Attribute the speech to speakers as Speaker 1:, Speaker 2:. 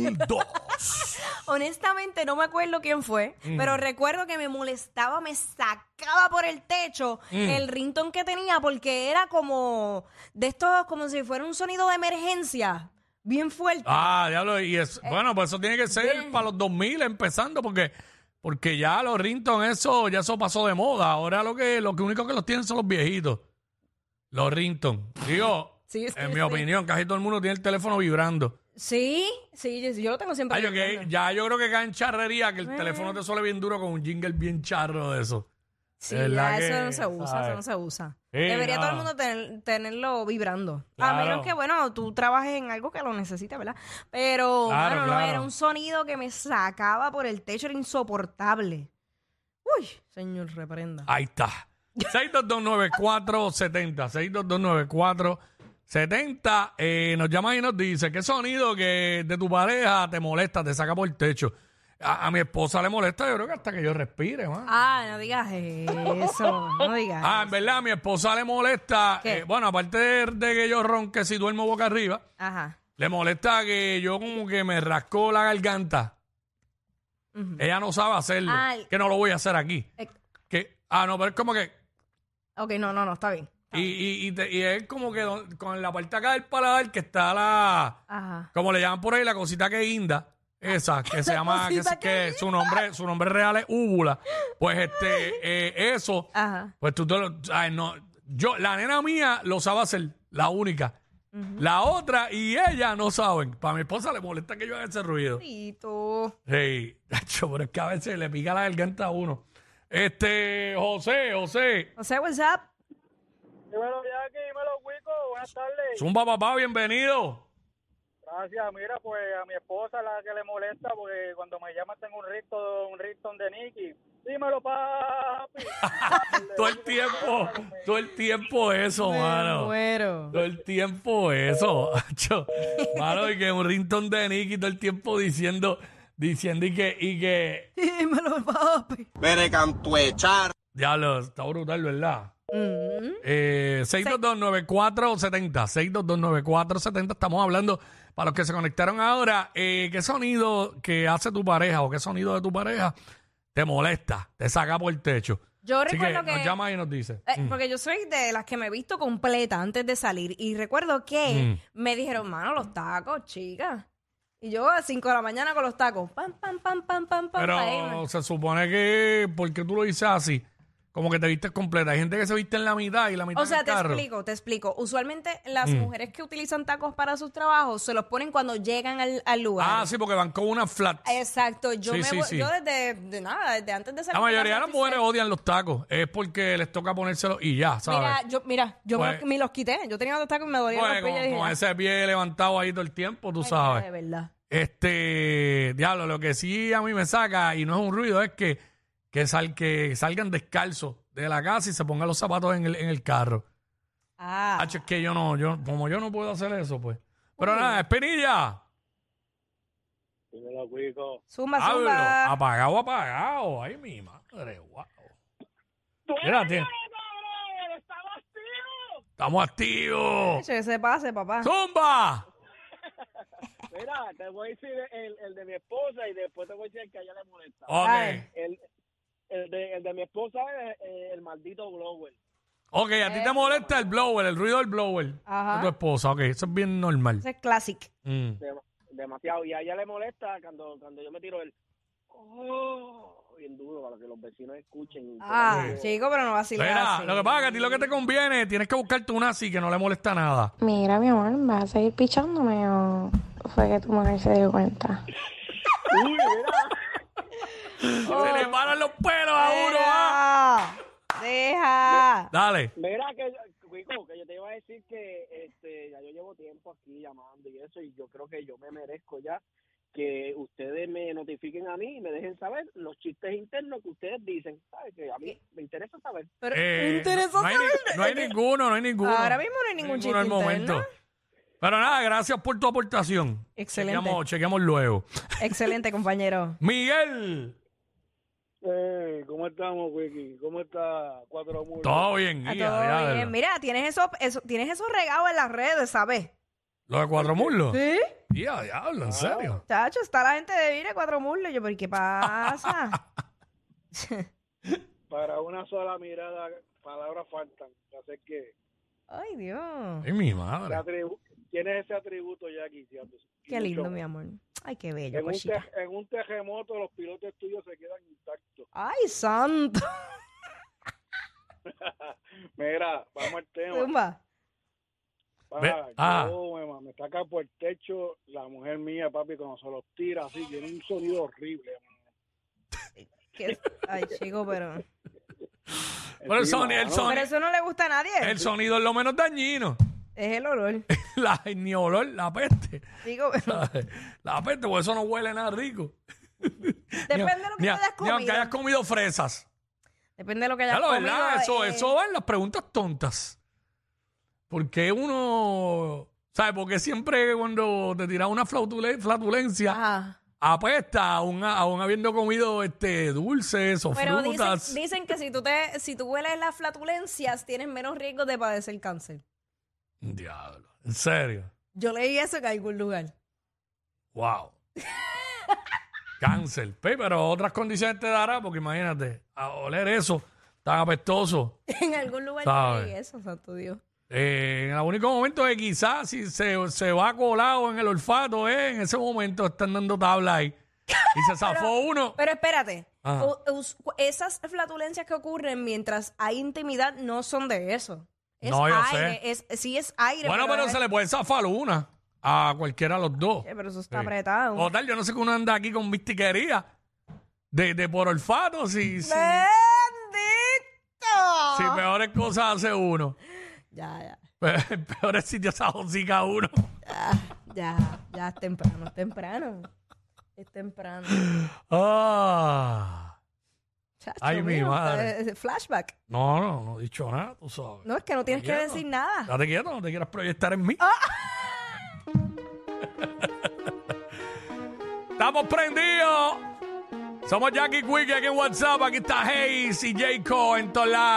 Speaker 1: 2002.
Speaker 2: Honestamente no me acuerdo quién fue,
Speaker 1: Mm.
Speaker 2: pero recuerdo que me molestaba, me sacaba por el techo
Speaker 1: Mm.
Speaker 2: el rington que tenía porque era como de estos, como si fuera un sonido de emergencia, bien fuerte.
Speaker 1: Ah, diablo. Y
Speaker 2: Eh,
Speaker 1: es, bueno, pues eso tiene que ser para los 2000 empezando, porque porque ya los Rinton, eso ya eso pasó de moda. Ahora lo que lo que único que los tienen son los viejitos. Los Rinton. Digo,
Speaker 2: Sí, sí,
Speaker 1: en mi
Speaker 2: sí.
Speaker 1: opinión, casi todo el mundo tiene el teléfono vibrando.
Speaker 2: Sí, sí, yo- yo lo tengo siempre.
Speaker 1: Ay, yo que-
Speaker 2: vibrando. Eh.
Speaker 1: ya yo creo que cae en charrería que el teléfono te suele bien duro con un jingle bien charro de eso.
Speaker 2: Sí,
Speaker 1: de verdad
Speaker 2: ya, eso
Speaker 1: que,
Speaker 2: no se usa,
Speaker 1: ¿sabes?
Speaker 2: eso no se usa.
Speaker 1: Sí,
Speaker 2: Debería todo el
Speaker 1: no.
Speaker 2: mundo tener- tenerlo vibrando. A
Speaker 1: Claro.
Speaker 2: menos que, bueno, tú trabajes en algo que lo necesites, ¿verdad? Pero,
Speaker 1: Claro,
Speaker 2: mano, no,
Speaker 1: claro.
Speaker 2: era un sonido que me sacaba por el techo, era insoportable. Uy, señor, reprenda.
Speaker 1: Ahí está. 6229470. 6229470. Eh, nos llama y nos dice, ¿qué sonido que de tu pareja te molesta, te saca por el techo? A, a mi esposa le molesta, yo creo que hasta que yo respire, man.
Speaker 2: Ah, no digas eso, no digas.
Speaker 1: Ah, en verdad, a mi esposa le molesta.
Speaker 2: ¿Qué?
Speaker 1: eh, bueno, aparte de, de que yo ronque si duermo boca arriba,
Speaker 2: Ajá.
Speaker 1: le molesta que yo como que me rasco la garganta.
Speaker 2: Ujú.
Speaker 1: Ella no sabe hacerlo.
Speaker 2: Ay.
Speaker 1: Que no lo voy a hacer aquí.
Speaker 2: Eh,
Speaker 1: Que, ah, no, pero es como que
Speaker 2: ok, no, no, no, está bien.
Speaker 1: Y, y, y, te- y es como que don- con la parte acá del paladar que está la,
Speaker 2: Ajá.
Speaker 1: como le llaman por ahí, la cosita que guinda, esa, que se
Speaker 2: La
Speaker 1: llama, que,
Speaker 2: cosita
Speaker 1: se-
Speaker 2: que
Speaker 1: que su nombre, su nombre real es úvula. Pues este, eh, eso,
Speaker 2: Ajá.
Speaker 1: pues tú te lo, ay, no, yo, la nena mía lo sabe hacer, la única. La otra y ella no saben. Para mi esposa le molesta que yo haga ese ruido.
Speaker 2: Y tú.
Speaker 1: Sí, Nacho, pero es que a veces le pica la garganta a uno. Este, José, José.
Speaker 2: O sea, WhatsApp.
Speaker 3: Dímelo, Jackie, dímelo, Wico, buenas tardes.
Speaker 1: Zumba papá, bienvenido.
Speaker 3: Gracias, mira, pues a mi esposa la que le molesta, porque cuando me llama tengo un rito, un Ripton de Nicky. Dímelo, papi.
Speaker 1: Todo el tiempo, todo el tiempo eso, Oh, mano.
Speaker 2: Bueno.
Speaker 1: Todo el tiempo eso, macho. Mano, y que un rington de Nicky todo el tiempo diciendo, diciendo y que, y que,
Speaker 2: Dímelo, papi.
Speaker 4: Vere cantuechar.
Speaker 1: diablo, está brutal, ¿verdad?
Speaker 2: Mm.
Speaker 1: Eh, 6229470, 6229470, estamos hablando, para los que se conectaron ahora, eh, ¿qué sonido que hace tu pareja o qué sonido de tu pareja te molesta, te saca por el techo?
Speaker 2: Yo
Speaker 1: Así que,
Speaker 2: recuerdo que.
Speaker 1: nos llama y nos dice. Mm.
Speaker 2: Eh, Porque yo soy de las que me he visto completa antes de salir. Y recuerdo que
Speaker 1: Mm.
Speaker 2: me dijeron, mano, los tacos, chica. Y yo a 5 de la mañana con los tacos. Pam, pam, pam, pam, pam, pam. pa' irme.
Speaker 1: Pero se supone que porque tú lo dices así, como que te vistes completa. Hay gente que se viste en la mitad y la mitad
Speaker 2: O sea,
Speaker 1: en el
Speaker 2: te
Speaker 1: carro. Mm.
Speaker 2: explico, te explico. Usualmente las mujeres que utilizan tacos para sus trabajos se los ponen cuando llegan al, al lugar.
Speaker 1: Ah, sí, porque van con una flat.
Speaker 2: Exacto. Yo,
Speaker 1: Sí,
Speaker 2: me
Speaker 1: sí,
Speaker 2: voy-
Speaker 1: sí.
Speaker 2: yo desde de nada, desde antes de salir.
Speaker 1: la
Speaker 2: de
Speaker 1: mayoría de
Speaker 2: casa
Speaker 1: las
Speaker 2: estoy
Speaker 1: mujeres odian los tacos. Es porque les toca ponérselos y ya,
Speaker 2: cerca.
Speaker 1: ¿sabes?
Speaker 2: Mira, yo, mira, yo me,
Speaker 1: Pues-
Speaker 2: los, me los quité. Yo tenía los tacos y me dolían
Speaker 1: Pues,
Speaker 2: los pies.
Speaker 1: con,
Speaker 2: y dije, "Ah".
Speaker 1: con ese pie levantado ahí todo el tiempo, tú
Speaker 2: "Ay,
Speaker 1: sabes.
Speaker 2: De verdad.
Speaker 1: Este, diablo, lo que sí a mí me saca, y no es un ruido, es que, que, sal, que salgan descalzos de la casa y se pongan los zapatos en el, en el carro.
Speaker 2: Ah.
Speaker 1: Hacho, es que yo no, yo, como yo no puedo hacer eso, pues. Pero nada, Espinilla.
Speaker 3: Dímelo, Wico.
Speaker 2: Zumba,
Speaker 1: Hablo,
Speaker 2: zumba.
Speaker 1: apagado, apagado. Ay, mi madre, guau. Mira, tío,
Speaker 3: ¡Estamos tío!
Speaker 1: estamos activos.
Speaker 2: Que se pase, papá.
Speaker 1: ¡Zumba!
Speaker 3: Mira, te voy a decir el, el de mi esposa y después te voy a decir el que a ella le molesta.
Speaker 1: Ok,
Speaker 2: Ay.
Speaker 3: El, el, de, el de mi esposa es eh, el maldito blower.
Speaker 1: ok, a ti te molesta el blower, el ruido del blower
Speaker 2: Eh. Ajá.
Speaker 1: de tu esposa. Ok, eso es bien normal.
Speaker 2: Ese es classic.
Speaker 1: Mm.
Speaker 3: Dem- demasiado. Y a ella le molesta cuando, cuando yo me tiro el... ¡Oh! Bien duro para que los vecinos escuchen.
Speaker 2: Ah,
Speaker 1: Sí.
Speaker 2: chico, pero no vacilar
Speaker 1: Eh. Mira,
Speaker 2: así.
Speaker 1: lo que pasa es que a ti lo que te conviene, tienes que buscarte una así que no le molesta nada.
Speaker 5: Mira, mi amor, ¿vas a seguir pichándome o fue que tu mujer se dio cuenta?
Speaker 2: Oh.
Speaker 1: Se le paran los pelos a uno, ah.
Speaker 2: Deja. Deja.
Speaker 1: Dale.
Speaker 3: Mira que yo, Cuico, que yo te iba a decir que este ya yo llevo tiempo aquí llamando y eso y yo creo que yo me merezco ya que ustedes me notifiquen a mí y me dejen saber los chistes internos que ustedes dicen, ¿sabes? Que a mí me interesa saber.
Speaker 2: Pero
Speaker 1: Eh,
Speaker 2: interesante.
Speaker 1: no, hay ni- no hay ninguno, no hay ninguno.
Speaker 2: Ahora mismo no hay ningún
Speaker 1: Ninguno
Speaker 2: chiste
Speaker 1: al momento.
Speaker 2: interno.
Speaker 1: Pero nada, gracias por tu aportación.
Speaker 2: Excelente.
Speaker 1: Chequeamos, chequeamos luego.
Speaker 2: Excelente, compañero.
Speaker 1: Miguel,
Speaker 3: Eh, ¿cómo estamos, Wiki? ¿Cómo está Cuatro Muros?
Speaker 1: todo bien,
Speaker 2: A
Speaker 1: guía,
Speaker 2: todo
Speaker 1: diablo.
Speaker 2: bien. Mira, tienes eso, eso, tienes eso regado en las redes, ¿sabes?
Speaker 1: ¿Lo de cuatro muslos?
Speaker 2: ¿Sí?
Speaker 1: Ya, diablo, en serio.
Speaker 2: Chacho, está la gente de Vire cuatro muslos. Yo, ¿por qué pasa?
Speaker 3: Para una sola mirada, palabras faltan. Así que
Speaker 2: Ay, Dios.
Speaker 1: Ay, mi
Speaker 3: te
Speaker 1: madre.
Speaker 3: atribu- tienes ese atributo ya aquí. fíjate.
Speaker 2: Qué lindo,
Speaker 3: Mucho.
Speaker 2: mi amor. Ay, qué bello,
Speaker 3: En un,
Speaker 2: cosita.
Speaker 3: te- en un terremoto los pilotos tuyos se quedan intactos.
Speaker 2: Ay, santo.
Speaker 3: Mira, vamos al tema.
Speaker 2: Zumba.
Speaker 3: Pa,
Speaker 1: Ve- ah.
Speaker 3: yo, me ma- me saca por el techo la mujer mía, papi, cuando se los tira así, tiene un sonido horrible.
Speaker 2: Que- Ay, chico, pero...
Speaker 1: Pero el sonido, el
Speaker 2: Pero
Speaker 1: sonido,
Speaker 2: eso no le gusta a nadie.
Speaker 1: el sonido es lo menos dañino.
Speaker 2: Es el olor.
Speaker 1: La, ni olor, la peste.
Speaker 2: Chico, pero...
Speaker 1: ¿sabes? La peste, porque eso no huele nada rico.
Speaker 2: Depende de lo que
Speaker 1: Ni a-
Speaker 2: tú hayas
Speaker 1: Ni aunque
Speaker 2: comido.
Speaker 1: hayas comido fresas.
Speaker 2: Depende de lo que hayas
Speaker 1: Ya lo
Speaker 2: comido.
Speaker 1: verdad, eso,
Speaker 2: eh,
Speaker 1: eso van las preguntas tontas. Porque uno, ¿sabes? Porque siempre cuando te tiras una flautule- flatulencia,
Speaker 2: Ajá.
Speaker 1: apesta aún, aún habiendo comido este dulces o
Speaker 2: Pero dicen,
Speaker 1: frutas.
Speaker 2: dicen que si tú te, si tú hueles las flatulencias, tienes menos riesgo de padecer cáncer.
Speaker 1: Diablo, en serio.
Speaker 2: Yo leí eso en algún lugar.
Speaker 1: Wow. Cáncer. Pe, Pero otras condiciones te dará, porque imagínate, a oler eso tan apestoso.
Speaker 2: en algún lugar yo
Speaker 1: Sabe.
Speaker 2: leí eso, santo Dios.
Speaker 1: Eh, en el único momento que quizás si se, se va colado en el olfato, eh, en ese momento están dando tabla ahí. Y se zafó uno.
Speaker 2: Pero pues, espérate,
Speaker 1: Ajá.
Speaker 2: o- us- cu- esas flatulencias que ocurren mientras hay intimidad no son de eso. Es
Speaker 1: No, yo
Speaker 2: aire,
Speaker 1: sé.
Speaker 2: Es, sí es aire.
Speaker 1: bueno, pero se le puede zafar una a cualquiera de los dos.
Speaker 2: Eh, pero eso está
Speaker 1: Sí.
Speaker 2: apretado.
Speaker 1: O tal, yo no sé que uno anda aquí con mistiquería de, de por olfato, si, si,
Speaker 2: ¡Bendito!
Speaker 1: si peores cosas hace uno.
Speaker 2: Ya, ya,
Speaker 1: Pe- Peores sitios ajocica uno.
Speaker 2: Ah, ya, ya, es temprano, es temprano. Es temprano.
Speaker 1: Ah.
Speaker 2: Chacho,
Speaker 1: Ay, mi
Speaker 2: mira,
Speaker 1: madre.
Speaker 2: eh, Flashback.
Speaker 1: No, no, no he dicho nada, tú sabes.
Speaker 2: No, es que no tienes que
Speaker 1: Quieto.
Speaker 2: decir nada.
Speaker 1: Date quieto, no te quieras proyectar en mí. Estamos prendidos. Somos Jackie Quick aquí en WhatsApp. Aquí está Hayes y Jayco en todos lados.